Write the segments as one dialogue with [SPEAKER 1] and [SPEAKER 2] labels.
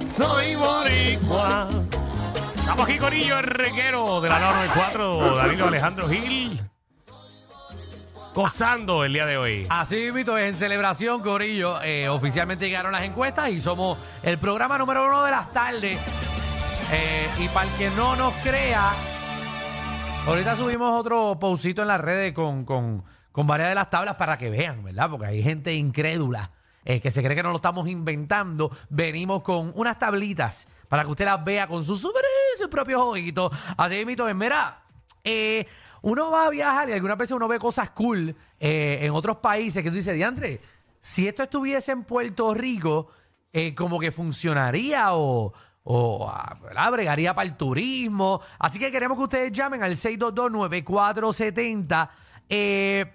[SPEAKER 1] soy boricua. Estamos aquí con el reguero de la 994, Danilo Alejandro Gil. Gozando el día de hoy.
[SPEAKER 2] Así mismo es en celebración, Corillo. Eh, oficialmente llegaron las encuestas y somos el programa número uno de las tardes. Eh, y para el que no nos crea, ahorita subimos otro pausito en las redes con, con- con varias de las tablas para que vean, ¿verdad? Porque hay gente incrédula eh, que se cree que no lo estamos inventando. Venimos con unas tablitas para que usted las vea con sus, super- sus propios ojitos. Así mismo es, mira. eh, uno va a viajar y algunas veces uno ve cosas cool eh, en otros países que tú dices, diantre, si esto estuviese en Puerto Rico, eh, como que funcionaría o, o ah, ¿verdad? bregaría para el turismo. Así que queremos que ustedes llamen al 622-9470. Eh,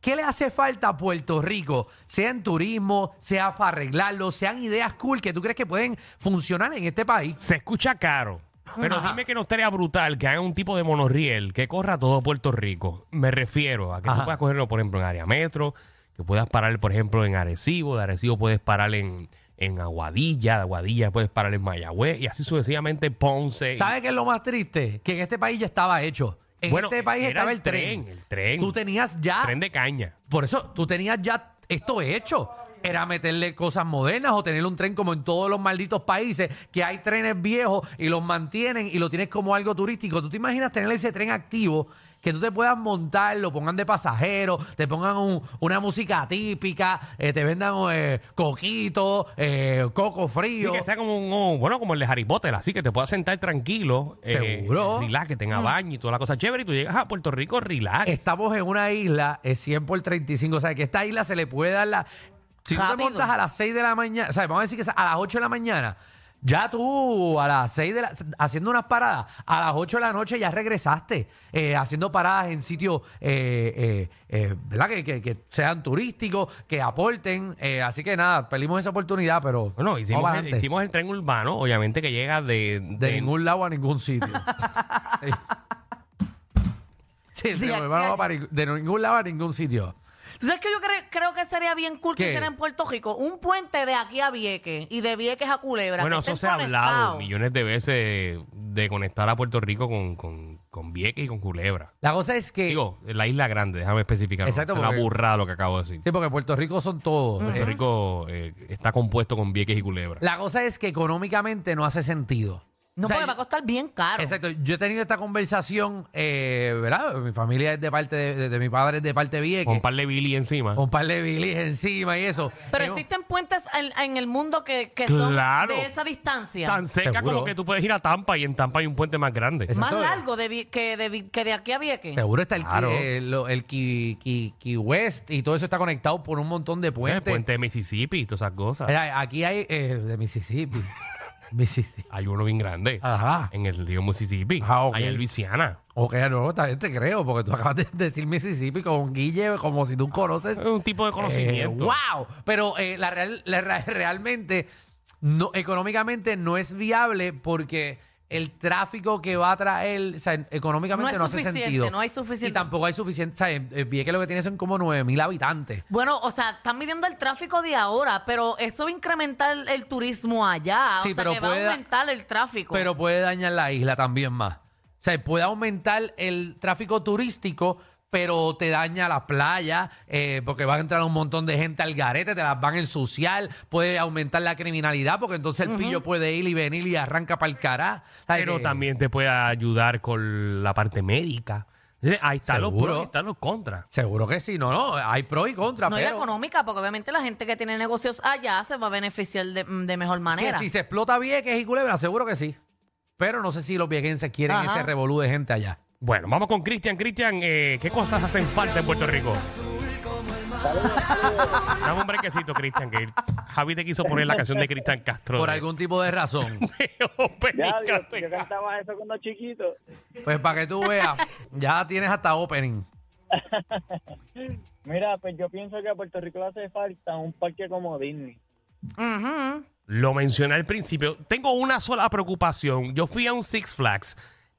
[SPEAKER 2] ¿Qué le hace falta a Puerto Rico? Sea en turismo, sea para arreglarlo, sean ideas cool que tú crees que pueden funcionar en este país.
[SPEAKER 1] Se escucha caro. Pero
[SPEAKER 2] Ajá.
[SPEAKER 1] dime que no estaría brutal que hagan un tipo de monorriel que corra todo Puerto Rico. Me refiero a que tú
[SPEAKER 2] Ajá.
[SPEAKER 1] puedas cogerlo, por ejemplo, en área metro, que puedas parar, por ejemplo, en Arecibo, de Arecibo puedes parar en, en Aguadilla, de Aguadilla puedes parar en Mayagüez, y así sucesivamente Ponce. y-
[SPEAKER 2] ¿Sabes qué es lo más triste? Que en este país ya estaba hecho. En
[SPEAKER 1] Bueno,
[SPEAKER 2] este país
[SPEAKER 1] era
[SPEAKER 2] estaba
[SPEAKER 1] el
[SPEAKER 2] el, tren.
[SPEAKER 1] tren, el tren.
[SPEAKER 2] Tú tenías ya.
[SPEAKER 1] Tren de caña.
[SPEAKER 2] Por eso, tú tenías ya esto hecho. Era meterle cosas modernas o tener un tren como en todos los malditos países, que hay trenes viejos y los mantienen y lo tienes como algo turístico. ¿Tú te imaginas tener ese tren activo? Que tú te puedas montar, lo pongan de pasajero, te pongan un- una música típica, eh, te vendan eh, coquito, eh, coco
[SPEAKER 1] Sí,
[SPEAKER 2] frío.
[SPEAKER 1] que sea como un, oh, bueno, como el de Harry Potter, así que te puedas sentar tranquilo. eh,
[SPEAKER 2] Seguro. Mm.
[SPEAKER 1] relax, que tenga baño y toda la cosa chévere. Y tú llegas a Puerto Rico, relax.
[SPEAKER 2] Estamos en una isla, es 100 por 35, o sea, que esta isla se le puede dar la... Si tú te
[SPEAKER 3] Rápido.
[SPEAKER 2] montas a las 6 de la mañana, o sea, vamos a decir que es a las 8 de la mañana, ya tú a las 6 de la... haciendo unas paradas, a las 8 de la noche ya regresaste, eh, haciendo paradas en sitios, eh, eh, eh, ¿verdad? Que, que- que sean turísticos, que aporten, eh, así que nada, perdimos esa oportunidad, pero...
[SPEAKER 1] Bueno,
[SPEAKER 2] vamos
[SPEAKER 1] hicimos el,
[SPEAKER 2] adelante.
[SPEAKER 1] hicimos el tren urbano, obviamente que llega de,
[SPEAKER 2] De
[SPEAKER 1] de-
[SPEAKER 2] ningún lado a ningún sitio. Sí. Sí,
[SPEAKER 3] De
[SPEAKER 2] de,
[SPEAKER 3] aquí
[SPEAKER 2] hermano,
[SPEAKER 3] a-
[SPEAKER 2] va para ningún- de ningún lado a ningún sitio.
[SPEAKER 3] ¿Tú sabes que yo cre- creo que sería bien cool
[SPEAKER 2] ¿Qué?
[SPEAKER 3] que hiciera en Puerto Rico? Un puente de aquí a Vieques y de Vieques a Culebra.
[SPEAKER 1] Bueno,
[SPEAKER 3] que
[SPEAKER 1] eso se
[SPEAKER 3] estén
[SPEAKER 1] ha hablado
[SPEAKER 3] conectados.
[SPEAKER 1] millones de veces de, de conectar a Puerto Rico con, con, con Vieques y con Culebra.
[SPEAKER 2] La cosa es que.
[SPEAKER 1] Digo, la isla grande, déjame especificar.
[SPEAKER 2] Exacto,
[SPEAKER 1] Es una
[SPEAKER 2] porque-
[SPEAKER 1] burrada lo que acabo de decir.
[SPEAKER 2] sí, porque Puerto Rico son todos.
[SPEAKER 1] Puerto Rico eh, está compuesto con Vieques y Culebra.
[SPEAKER 2] La cosa es que económicamente no hace sentido.
[SPEAKER 3] No,
[SPEAKER 2] O sea,
[SPEAKER 3] porque va a costar bien caro.
[SPEAKER 2] Exacto. Yo he tenido esta conversación, eh, ¿verdad? Mi familia es de parte de, de- de mi padre, es de parte de Vieques.
[SPEAKER 1] Con un par de Billy encima.
[SPEAKER 2] Con un par de bilis encima y eso.
[SPEAKER 3] Pero
[SPEAKER 2] Tengo-
[SPEAKER 3] existen puentes en, en el mundo que, que
[SPEAKER 1] Claro.
[SPEAKER 3] son de esa distancia.
[SPEAKER 1] Tan cerca
[SPEAKER 2] Seguro.
[SPEAKER 1] como que tú puedes ir a Tampa y en Tampa hay un puente más grande.
[SPEAKER 2] Exacto.
[SPEAKER 3] Más largo de Vi- que, de, Vi- que de aquí a Vieques.
[SPEAKER 2] Seguro está el,
[SPEAKER 1] Claro.
[SPEAKER 2] Ki- eh, lo- el Ki- Ki- Ki West y todo eso está conectado por un montón de
[SPEAKER 1] El
[SPEAKER 2] puentes.
[SPEAKER 1] puente de Mississippi y todas esas cosas.
[SPEAKER 2] Mira, aquí hay eh, de Mississippi. Mississippi.
[SPEAKER 1] Hay uno bien grande.
[SPEAKER 2] Ajá.
[SPEAKER 1] En el río Mississippi.
[SPEAKER 2] Ah, ok.
[SPEAKER 1] Hay en Luisiana.
[SPEAKER 2] Ok, no, también te creo, porque tú acabas de decir Mississippi con Guille como si tú conoces.
[SPEAKER 1] Es un tipo de conocimiento.
[SPEAKER 2] Eh, ¡Wow! Pero eh, la real, la ra- realmente, no, económicamente no es viable porque el tráfico que va a traer, o sea, económicamente no,
[SPEAKER 3] No es
[SPEAKER 2] hace
[SPEAKER 3] suficiente,
[SPEAKER 2] sentido.
[SPEAKER 3] no hay suficiente.
[SPEAKER 2] Y tampoco hay suficiente. O sea, en- en Vieques lo que tiene son como 9.000 habitantes.
[SPEAKER 3] Bueno, o sea, están midiendo el tráfico de ahora, pero eso va a incrementar el, el turismo allá.
[SPEAKER 2] Sí,
[SPEAKER 3] o sea,
[SPEAKER 2] pero
[SPEAKER 3] que
[SPEAKER 2] puede-
[SPEAKER 3] va a aumentar el tráfico.
[SPEAKER 2] Pero puede dañar la isla también más. O sea, puede aumentar el tráfico turístico, pero te daña la playa, eh, porque van a entrar un montón de gente al garete, te las van a ensuciar, puede aumentar la criminalidad, porque entonces el pillo puede ir y venir y arranca para el cará. O sea,
[SPEAKER 1] Pero
[SPEAKER 2] que-
[SPEAKER 1] también te puede ayudar con la parte médica. Entonces, Ahí están los
[SPEAKER 2] Seguro.
[SPEAKER 1] pros y están los contras.
[SPEAKER 2] Seguro que sí, no, no, hay pros y contras,
[SPEAKER 3] no es la
[SPEAKER 2] pero
[SPEAKER 3] económica, porque obviamente la gente que tiene negocios allá se va a beneficiar de, de mejor
[SPEAKER 2] que
[SPEAKER 3] manera.
[SPEAKER 2] si se explota Vieques y Culebra, seguro que sí. Pero no sé si los viequenses quieren
[SPEAKER 3] Ajá.
[SPEAKER 2] ese revolú de gente allá.
[SPEAKER 1] Bueno, vamos con Cristian. Cristian, eh, ¿qué cosas hacen falta en Puerto Rico? Dame un brequecito, Cristian, que Javi te quiso poner la canción de Cristian Castro.
[SPEAKER 2] Por
[SPEAKER 1] de-
[SPEAKER 2] algún tipo de razón.
[SPEAKER 1] de Open y
[SPEAKER 4] Ya, yo, yo
[SPEAKER 1] Cateca.
[SPEAKER 4] cantaba eso cuando chiquito.
[SPEAKER 2] Pues para que tú veas, ya tienes hasta opening.
[SPEAKER 4] Mira, pues yo pienso que a Puerto Rico le hace falta un parque como Disney.
[SPEAKER 3] Ujú.
[SPEAKER 1] Lo mencioné al principio. Tengo una sola preocupación. Yo fui a un Six Flags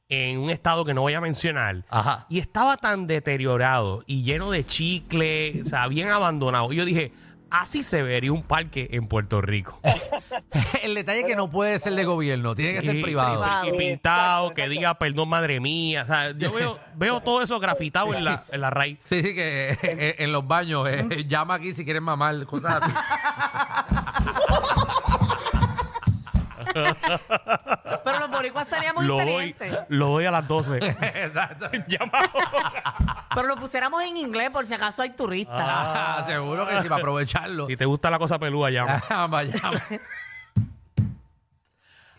[SPEAKER 1] en un estado que no voy a mencionar.
[SPEAKER 2] Ajá.
[SPEAKER 1] Y estaba tan deteriorado y lleno de chicle, o sea, bien abandonado. Y yo dije, Así se vería un parque en Puerto Rico.
[SPEAKER 2] El detalle es que no puede ser de gobierno, tiene que ser
[SPEAKER 1] Sí,
[SPEAKER 2] privado.
[SPEAKER 3] privado.
[SPEAKER 1] Y pintado, que diga perdón, madre mía. O sea, yo veo, veo todo eso grafitado en la, en la raíz.
[SPEAKER 2] Sí, sí, que eh, en los baños. eh, llama aquí si quieres mamar, cosas así.
[SPEAKER 3] Pero los boricuas serían muy
[SPEAKER 1] Lo doy,
[SPEAKER 3] inteligentes.
[SPEAKER 1] lo doy a las 12.
[SPEAKER 2] Exacto.
[SPEAKER 1] Llamado.
[SPEAKER 3] Pero lo pusiéramos en inglés por si acaso hay turistas.
[SPEAKER 2] Ah, seguro que sí, para aprovecharlo. Ah,
[SPEAKER 1] Si te gusta la cosa pelúa, llama.
[SPEAKER 2] Llama, llama.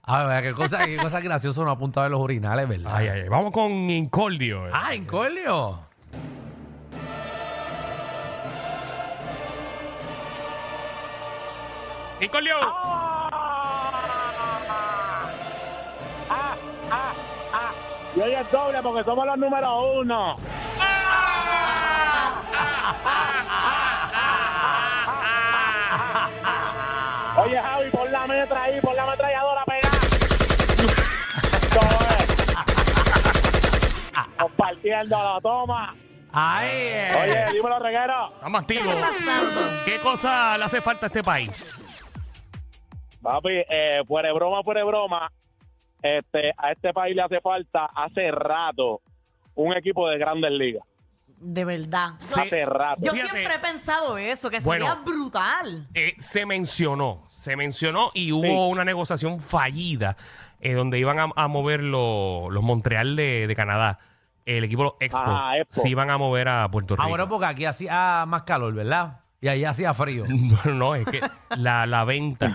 [SPEAKER 2] A ver, qué cosas qué cosa graciosas uno apuntaba en los urinales, ¿verdad?
[SPEAKER 1] Ay, ay, ay. Vamos con Incordio. eh.
[SPEAKER 2] Ah, Incordio.
[SPEAKER 1] ¡Incordio!
[SPEAKER 4] Y hoy es doble porque somos los número uno.
[SPEAKER 2] Ah.
[SPEAKER 4] Oye, Javi, pon la metra ahí, pon la ametralladora pegada. Eso es. Compartiendo la toma.
[SPEAKER 2] Ay, eh.
[SPEAKER 4] Oye, dímelo, reguero.
[SPEAKER 1] Estamos activos.
[SPEAKER 3] ¿Qué está pasando?
[SPEAKER 1] ¿Qué cosa le hace falta a este país?
[SPEAKER 4] Papi, eh, fuera de broma, fuera de broma, este, a este país le hace falta hace rato un equipo de grandes ligas.
[SPEAKER 3] De verdad.
[SPEAKER 1] Sí.
[SPEAKER 4] Hace rato.
[SPEAKER 3] Yo
[SPEAKER 1] Fíjate.
[SPEAKER 3] siempre he pensado eso, que
[SPEAKER 1] Bueno.
[SPEAKER 3] sería brutal.
[SPEAKER 1] Eh, se mencionó, se mencionó y hubo una negociación fallida eh, donde iban a, a mover lo- los Montreal de, de Canadá, el equipo los Expo,
[SPEAKER 4] Ah, Expo.
[SPEAKER 1] se iban a mover a Puerto Rico.
[SPEAKER 2] Ah, bueno, porque aquí hacía más calor, ¿verdad? Y ahí hacía frío.
[SPEAKER 1] No, no, es que la, la venta,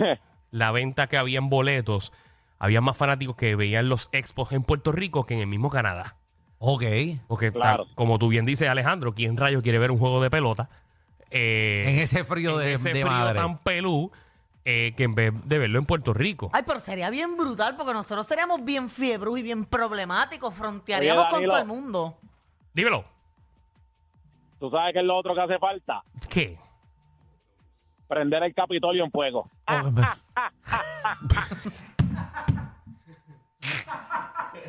[SPEAKER 1] la venta que había en boletos, había más fanáticos que veían los Expos en Puerto Rico que en el mismo Canadá.
[SPEAKER 2] Ok.
[SPEAKER 1] Porque tal-
[SPEAKER 4] Claro.
[SPEAKER 1] como tú bien dices, Alejandro, ¿quién rayo quiere ver un juego de pelota? Eh,
[SPEAKER 2] En ese frío
[SPEAKER 1] en
[SPEAKER 2] de,
[SPEAKER 1] ese
[SPEAKER 2] de
[SPEAKER 1] frío
[SPEAKER 2] madre.
[SPEAKER 1] tan pelú eh, que en vez de verlo en Puerto Rico.
[SPEAKER 3] Ay, pero sería bien brutal porque nosotros seríamos bien fiebros y bien problemáticos, frontearíamos
[SPEAKER 4] Oye,
[SPEAKER 3] con
[SPEAKER 4] Danilo.
[SPEAKER 3] todo el mundo.
[SPEAKER 1] Dímelo,
[SPEAKER 4] Tú sabes que es lo otro que hace falta,
[SPEAKER 1] ¿qué?
[SPEAKER 4] prender el Capitolio en fuego.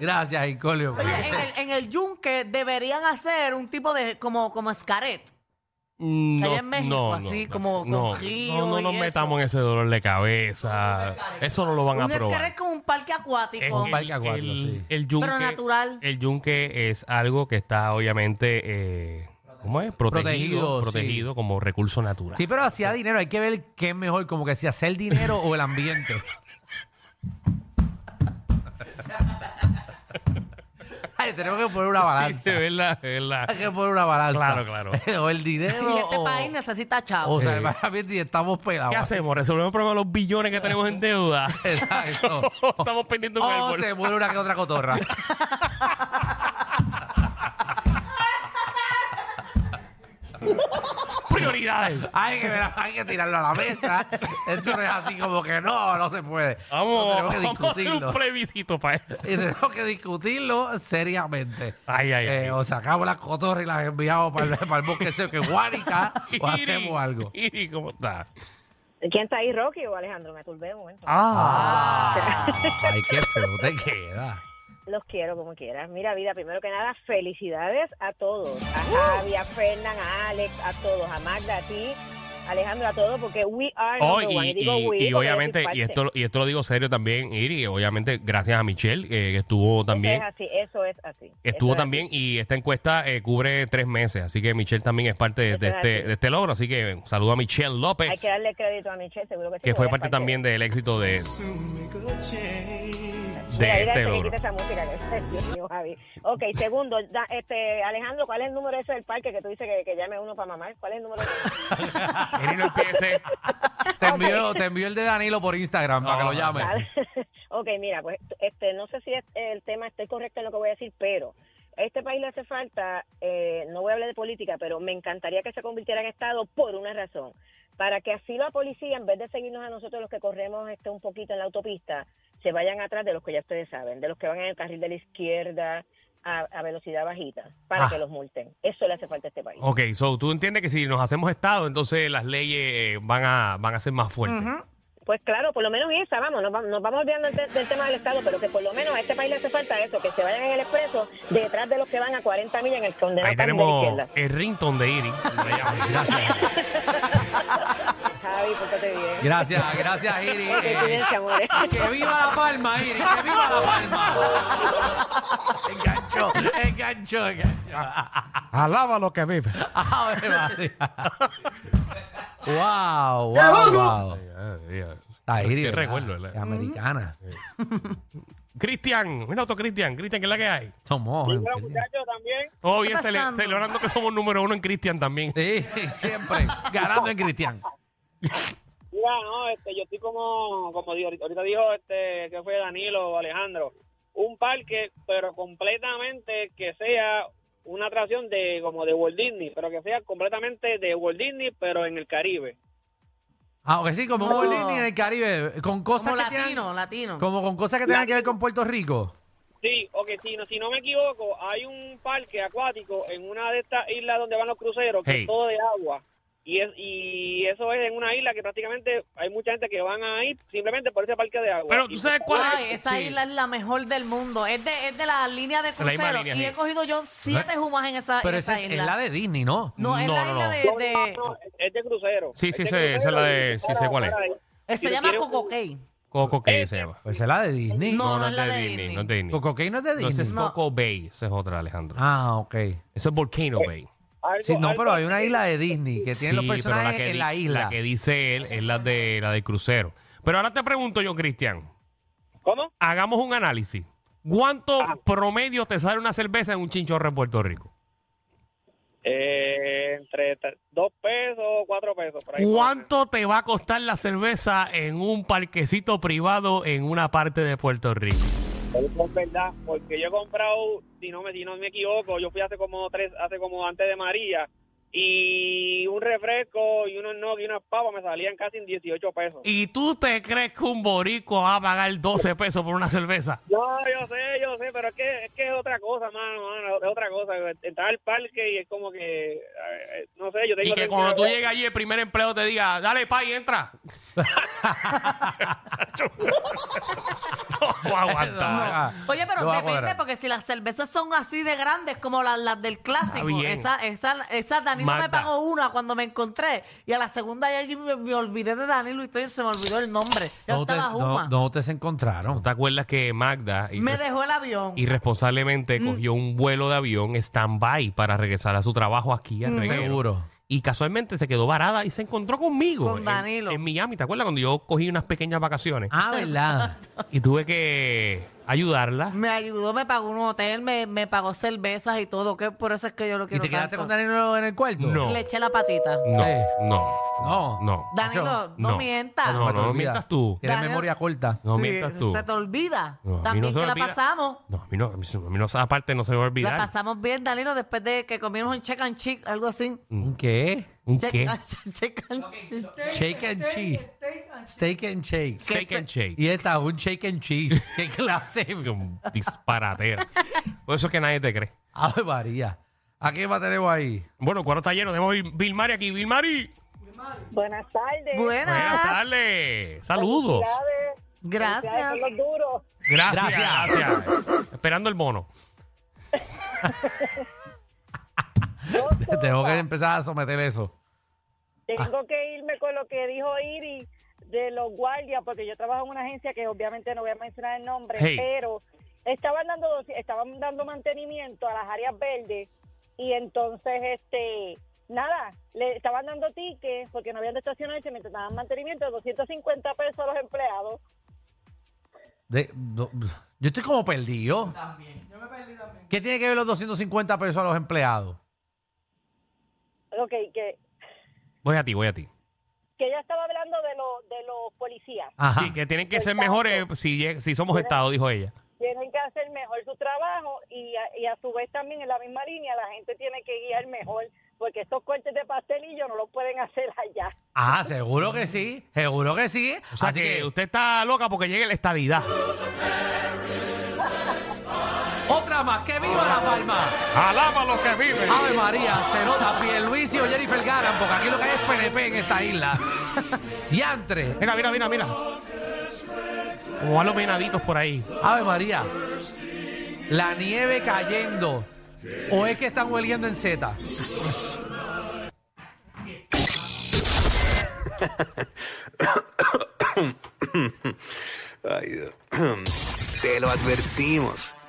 [SPEAKER 2] Gracias, Incolio.
[SPEAKER 3] Oye, eh. en el, en el yunque deberían hacer un tipo de, como, como escaret.
[SPEAKER 1] No,
[SPEAKER 3] Allá en México, así, como con
[SPEAKER 1] no,
[SPEAKER 3] río
[SPEAKER 1] no, no
[SPEAKER 3] y
[SPEAKER 1] nos
[SPEAKER 3] eso.
[SPEAKER 1] metamos en ese dolor de cabeza. Eso no lo van a
[SPEAKER 3] Un
[SPEAKER 1] probar.
[SPEAKER 3] escaret como un parque acuático.
[SPEAKER 2] Un parque acuático, sí.
[SPEAKER 1] el yunque,
[SPEAKER 3] Pero natural.
[SPEAKER 1] El yunque es algo que está obviamente, eh, ¿cómo es? Protegido,
[SPEAKER 2] Protegido,
[SPEAKER 1] protegido, como recurso natural.
[SPEAKER 2] Sí, pero hacía dinero. Hay que ver qué es mejor, como que si hacer el dinero o el ambiente. Ay, tenemos que poner una
[SPEAKER 1] Sí,
[SPEAKER 2] balanza. Ah,
[SPEAKER 1] de verdad, de verdad.
[SPEAKER 2] Hay que poner una balanza.
[SPEAKER 1] Claro,
[SPEAKER 2] o el dinero.
[SPEAKER 3] y este
[SPEAKER 1] Oh.
[SPEAKER 2] o,
[SPEAKER 3] país necesita chavo.
[SPEAKER 2] o salvar el ambiente y estamos pelados.
[SPEAKER 1] ¿Qué hacemos?
[SPEAKER 2] ah.
[SPEAKER 1] ¿Resolvemos el problema de los billones que tenemos en deuda?
[SPEAKER 2] Exacto.
[SPEAKER 1] Estamos pendientes con el
[SPEAKER 2] o se muere una que otra cotorra.
[SPEAKER 1] Prioridades.
[SPEAKER 2] Hay que, ver- hay que tirarlo a la mesa. Esto no es así como que no, no se puede. Tenemos
[SPEAKER 1] Vamos,
[SPEAKER 2] que
[SPEAKER 1] vamos a hacer
[SPEAKER 2] discutirlo.
[SPEAKER 1] un plebiscito para eso.
[SPEAKER 2] Y tenemos que discutirlo seriamente.
[SPEAKER 1] Ay, ay,
[SPEAKER 2] Eh,
[SPEAKER 1] ay.
[SPEAKER 2] o sacamos las cotorras y las enviamos para el, para el bosque seco en Guánica o hacemos algo.
[SPEAKER 1] Iri, ¿cómo está?
[SPEAKER 5] ¿Quién está ahí, Rocky o Alejandro? Me turbé un momento.
[SPEAKER 2] Ah, ay, qué feo te queda.
[SPEAKER 5] Los quiero como quieras. Mira, vida, primero que nada, felicidades a todos. A
[SPEAKER 1] Uh.
[SPEAKER 5] Javi, a Fernán, a Alex, a todos. A Magda, a ti, Alejandro, a todos, porque we are
[SPEAKER 1] Oh,
[SPEAKER 5] number
[SPEAKER 1] y,
[SPEAKER 5] one. digo
[SPEAKER 1] y-
[SPEAKER 5] we
[SPEAKER 1] y
[SPEAKER 5] porque
[SPEAKER 1] obviamente,
[SPEAKER 5] yo soy
[SPEAKER 1] y
[SPEAKER 5] parte.
[SPEAKER 1] esto, lo- y esto lo digo serio también, Iri, obviamente gracias a Michelle, eh, que estuvo también,
[SPEAKER 5] Eso es así, eso es así.
[SPEAKER 1] estuvo
[SPEAKER 5] Eso es
[SPEAKER 1] también, y esta encuesta eh, cubre tres meses, así que Michelle también es parte de,
[SPEAKER 5] Eso
[SPEAKER 1] de
[SPEAKER 5] es
[SPEAKER 1] este,
[SPEAKER 5] así.
[SPEAKER 1] de este logro, así que un saludo a Michelle
[SPEAKER 5] así. Hay
[SPEAKER 1] López,
[SPEAKER 5] que darle crédito a Michelle, seguro que sí.
[SPEAKER 1] pues, que fue
[SPEAKER 5] porque ella
[SPEAKER 1] parte
[SPEAKER 5] es
[SPEAKER 1] también del éxito de,
[SPEAKER 5] de-
[SPEAKER 1] de
[SPEAKER 5] Mira, mira,
[SPEAKER 1] este
[SPEAKER 5] se le
[SPEAKER 1] logro.
[SPEAKER 5] quita esa música. que- Dios mío, Javi. Ok, segundo, da- este, Alejandro, ¿cuál es el número ese del parque que tú dices que, que llame uno para mamar? ¿Cuál es el número?
[SPEAKER 1] Iri, no empiece.
[SPEAKER 2] Te envió, te envió el de Danilo por Instagram para que lo
[SPEAKER 1] No,
[SPEAKER 2] llame.
[SPEAKER 5] Vale. ok, mira, pues este, no sé si es- el tema estoy correcto en lo que voy a decir, pero a este país le hace falta, eh, no voy a hablar de política, pero me encantaría que se convirtiera en Estado por una razón. Para que así la policía, en vez de seguirnos a nosotros los que corremos este, un poquito en la autopista, se vayan atrás de los que ya ustedes saben, de los que van en el carril de la izquierda a, a velocidad bajita, para
[SPEAKER 2] Ah.
[SPEAKER 5] que los multen. Eso le hace falta a este país.
[SPEAKER 1] Ok, so tú entiendes que si nos hacemos Estado, entonces las leyes eh, van a, van a ser más fuertes.
[SPEAKER 5] Pues claro, por lo menos esa, vamos, nos, va- nos vamos olvidando del, del tema del Estado, pero que por lo menos a este país le hace falta eso, que se vayan en el expreso detrás de los que van a 40 millas en el condenado
[SPEAKER 1] Ahí
[SPEAKER 5] carril de la
[SPEAKER 1] tenemos
[SPEAKER 5] izquierda.
[SPEAKER 1] el rington de Iri.
[SPEAKER 2] Gracias.
[SPEAKER 5] Javi, pórtate bien.
[SPEAKER 2] Gracias, gracias, Iri. Eh,
[SPEAKER 5] Que cuídense, amores.
[SPEAKER 2] que viva la palma, Iri, que viva la palma. enganchó, enganchó, enganchó.
[SPEAKER 1] Alaba lo que vive.
[SPEAKER 2] Ave María. wow, wow, wow. Está Iri,
[SPEAKER 1] Qué
[SPEAKER 2] ¿verdad?
[SPEAKER 1] recuerdo, ¿verdad?
[SPEAKER 2] Es americana.
[SPEAKER 1] Cristian, mira otro Cristian. Cristian, ¿qué es la que hay?
[SPEAKER 2] Somos.
[SPEAKER 4] Bueno, muchachos, también.
[SPEAKER 1] Oh, bien,
[SPEAKER 3] está
[SPEAKER 1] cele-
[SPEAKER 3] pasando?
[SPEAKER 1] celebrando que somos número uno en Cristian también.
[SPEAKER 2] Sí, siempre. Ganando en Cristian.
[SPEAKER 4] Mira, no, este, yo estoy como, como dijo, ahorita dijo este, que fue Danilo o Alejandro, un parque, pero completamente que sea una atracción de como de Walt Disney, pero que sea completamente de Walt Disney, pero en el Caribe.
[SPEAKER 2] Ah, que sí, como un
[SPEAKER 3] No.
[SPEAKER 2] Bolini en el Caribe. Con cosas
[SPEAKER 3] Como
[SPEAKER 2] que tienen-
[SPEAKER 3] latino, latino.
[SPEAKER 2] como con cosas que tengan que ver con Puerto Rico.
[SPEAKER 4] Sí, o que si no, si no me equivoco, hay un parque acuático en una de estas islas donde van los cruceros, que
[SPEAKER 1] Hey.
[SPEAKER 4] es todo de agua. Y, es, y eso es en una isla que prácticamente hay mucha gente que van a ir simplemente por ese parque de agua.
[SPEAKER 1] Pero
[SPEAKER 4] Y-
[SPEAKER 1] tú sabes cuál
[SPEAKER 3] Ay,
[SPEAKER 1] es.
[SPEAKER 3] Ah, esa
[SPEAKER 1] Sí.
[SPEAKER 3] isla es la mejor del mundo. Es de, es de la línea de
[SPEAKER 1] La misma
[SPEAKER 3] crucero.
[SPEAKER 1] línea,
[SPEAKER 3] y
[SPEAKER 1] sí.
[SPEAKER 3] he cogido yo siete jumas en esa,
[SPEAKER 2] Pero
[SPEAKER 3] en
[SPEAKER 2] esa
[SPEAKER 3] Ah, esa
[SPEAKER 2] es, es
[SPEAKER 3] isla.
[SPEAKER 2] la de Disney, ¿no?
[SPEAKER 3] No, es
[SPEAKER 1] No,
[SPEAKER 3] la
[SPEAKER 1] no,
[SPEAKER 3] isla
[SPEAKER 1] no.
[SPEAKER 3] de...
[SPEAKER 4] No,
[SPEAKER 3] de-
[SPEAKER 4] no, no, es de crucero.
[SPEAKER 1] Sí, sí,
[SPEAKER 4] de
[SPEAKER 1] esa- esa es la de-
[SPEAKER 4] y
[SPEAKER 1] sí, sé cuál es.
[SPEAKER 4] para-
[SPEAKER 3] eh, se
[SPEAKER 4] si
[SPEAKER 3] llama
[SPEAKER 4] quieres-
[SPEAKER 3] Coco Cay.
[SPEAKER 1] Coco Cay se llama.
[SPEAKER 2] Pues es la de Disney.
[SPEAKER 1] no,
[SPEAKER 3] No, Eh, no es la
[SPEAKER 1] es
[SPEAKER 3] de
[SPEAKER 1] de Disney.
[SPEAKER 3] Disney.
[SPEAKER 1] No es de Disney.
[SPEAKER 2] Coco Cay no es de Disney.
[SPEAKER 1] Entonces,
[SPEAKER 3] No. Eh,
[SPEAKER 1] Coco Bay. Esa es otra, Alejandro.
[SPEAKER 2] Ah, ok.
[SPEAKER 1] Eso es Volcano Bay.
[SPEAKER 4] algo-
[SPEAKER 2] Sí, no,
[SPEAKER 4] algo
[SPEAKER 2] pero hay una
[SPEAKER 4] así.
[SPEAKER 2] isla de Disney que tiene los
[SPEAKER 1] Sí, pero
[SPEAKER 2] personajes
[SPEAKER 1] que
[SPEAKER 2] en
[SPEAKER 1] di-
[SPEAKER 2] la isla.
[SPEAKER 1] La que dice él es la de la del crucero. Pero ahora te pregunto yo, Cristian,
[SPEAKER 4] ¿Cómo?
[SPEAKER 1] hagamos un análisis. ¿Cuánto promedio te sale una cerveza en un chinchorro en Puerto Rico?
[SPEAKER 4] Eh, entre tre- dos pesos, cuatro pesos. por ahí.
[SPEAKER 1] ¿Cuánto te va a costar la cerveza en un parquecito privado en una parte de Puerto Rico?
[SPEAKER 4] Eso es verdad, porque yo he comprado, si no me, si no me equivoco, yo fui hace como tres, hace como antes de María, y un refresco y unos no y unas papas me salían casi en 18 pesos.
[SPEAKER 1] ¿Y tú te crees que un borico va a pagar 12 pesos por una cerveza?
[SPEAKER 4] No, yo sé, yo sé, pero es que es, que es otra cosa, mano, mano, es otra cosa. Entrar al parque y es como que, eh, no sé, yo tengo...
[SPEAKER 1] Y que cuando tú llegas allí el primer empleo te diga, dale, pay, entra. no, aguanta.
[SPEAKER 2] Ah,
[SPEAKER 3] Oye, pero
[SPEAKER 2] no va a
[SPEAKER 3] depende,
[SPEAKER 2] cuadrar.
[SPEAKER 3] porque si las cervezas son así de grandes como las, las del clásico,
[SPEAKER 1] bien.
[SPEAKER 3] esa, esa, esa Danilo me
[SPEAKER 1] Magda.
[SPEAKER 3] pagó una cuando me encontré. Y a la segunda ya yo me, me olvidé de Danilo y estoy- se me olvidó el nombre. Ya
[SPEAKER 2] No te,
[SPEAKER 3] estaba
[SPEAKER 2] no,
[SPEAKER 3] Juma.
[SPEAKER 2] no te se
[SPEAKER 1] ¿No
[SPEAKER 2] encontraron.
[SPEAKER 1] te acuerdas que Magda
[SPEAKER 3] Me dejó Mm. el avión.
[SPEAKER 1] irresponsablemente cogió un vuelo de avión stand-by para regresar a su trabajo aquí
[SPEAKER 3] Mm.
[SPEAKER 1] al reguero?
[SPEAKER 2] Seguro.
[SPEAKER 1] Y casualmente se quedó varada y se encontró conmigo.
[SPEAKER 3] Con
[SPEAKER 1] en-
[SPEAKER 3] Danilo.
[SPEAKER 1] En, Miami, ¿te acuerdas? Cuando yo cogí unas pequeñas vacaciones
[SPEAKER 2] Ah, ¿verdad?
[SPEAKER 1] y tuve que ayudarla.
[SPEAKER 3] Me ayudó, me pagó un hotel, me, me pagó cervezas y todo, que por eso es que yo lo
[SPEAKER 2] ¿Y
[SPEAKER 3] quiero
[SPEAKER 2] te quedaste
[SPEAKER 3] tanto.
[SPEAKER 2] con Danilo en el cuarto?
[SPEAKER 1] No.
[SPEAKER 3] Le eché la patita.
[SPEAKER 1] No,
[SPEAKER 2] Eh.
[SPEAKER 1] no,
[SPEAKER 2] No. Ah,
[SPEAKER 1] no.
[SPEAKER 3] Danilo, no, mientas.
[SPEAKER 1] No, no,
[SPEAKER 2] Se te
[SPEAKER 1] no
[SPEAKER 2] olvida.
[SPEAKER 1] mientas tú.
[SPEAKER 2] Tienes
[SPEAKER 3] Danilo-
[SPEAKER 2] memoria corta.
[SPEAKER 1] No
[SPEAKER 3] Sí,
[SPEAKER 1] mientas tú.
[SPEAKER 3] Se te olvida.
[SPEAKER 1] No, a mí no
[SPEAKER 3] También
[SPEAKER 1] se
[SPEAKER 3] que
[SPEAKER 1] me
[SPEAKER 3] la
[SPEAKER 1] olvida.
[SPEAKER 3] pasamos.
[SPEAKER 1] No, a mí no, a mí, se- a mí no, esa parte no se me va a olvidar.
[SPEAKER 3] La pasamos bien, Danilo, después de que comimos un check and chick, algo así.
[SPEAKER 1] Mm.
[SPEAKER 2] ¿Un ¿Qué?
[SPEAKER 1] ¿Un
[SPEAKER 3] Check,
[SPEAKER 1] qué?
[SPEAKER 3] check and chick.
[SPEAKER 2] Shake and cheese. Steak and shake.
[SPEAKER 1] Steak and shake.
[SPEAKER 2] Y esta, un shake and cheese. ¿Qué clase?
[SPEAKER 1] Un disparatero. Por eso es que nadie te cree.
[SPEAKER 2] Ave María. ¿A qué más tenemos ahí?
[SPEAKER 1] Bueno, el cuadro está lleno. Tenemos a Bill- Bill Mari aquí. Bill Mari.
[SPEAKER 5] Buenas tardes.
[SPEAKER 1] Buenas
[SPEAKER 3] Buenas.
[SPEAKER 1] tardes. Saludos.
[SPEAKER 5] Felicidades.
[SPEAKER 3] Gracias.
[SPEAKER 5] Felicidades, son los duros.
[SPEAKER 1] Gracias. Gracias. Esperando el bono.
[SPEAKER 2] Tengo que empezar a someter eso.
[SPEAKER 5] Tengo que irme con lo que dijo Iri de los guardias, porque yo trabajo en una agencia que obviamente no voy a mencionar el nombre,
[SPEAKER 1] Hey.
[SPEAKER 5] pero estaban dando doci- estaban dando mantenimiento a las áreas verdes y entonces este nada, le estaban dando tickets porque no habían de estacionarse mientras daban mantenimiento de 250 pesos a los empleados.
[SPEAKER 2] De- no, yo estoy como perdido. ¿Qué tiene que ver los 250 pesos a los empleados?
[SPEAKER 5] Ok, que,
[SPEAKER 1] Voy a ti, voy a ti.
[SPEAKER 5] que ella estaba hablando de, lo, de los policías.
[SPEAKER 2] Ajá.
[SPEAKER 1] Sí, que tienen que ser
[SPEAKER 5] Exacto.
[SPEAKER 1] mejores eh, si, lleg- si somos Estado, dijo ella.
[SPEAKER 5] Tienen que hacer mejor su trabajo y a, y a su vez también en la misma línea la gente tiene que guiar mejor porque estos cortes de pastelillo no los pueden hacer allá.
[SPEAKER 2] Ajá, Ah, seguro que sí. Seguro que sí.
[SPEAKER 1] O sea
[SPEAKER 2] Así
[SPEAKER 1] que,
[SPEAKER 2] que
[SPEAKER 1] usted está loca porque llegue la estadidad.
[SPEAKER 2] otra más. ¡Que viva la palma!
[SPEAKER 1] Alaba los que viven.
[SPEAKER 2] Ave María, se nota Pierluisi o Jennifer Garan, porque aquí lo que hay es PNP en esta isla. Diantre.
[SPEAKER 1] Mira, mira, mira, mira. Como van los venaditos por ahí.
[SPEAKER 2] Ave María. La nieve cayendo. ¿O es que están hueliendo en Z?
[SPEAKER 6] Ay, Dios. Te lo advertimos.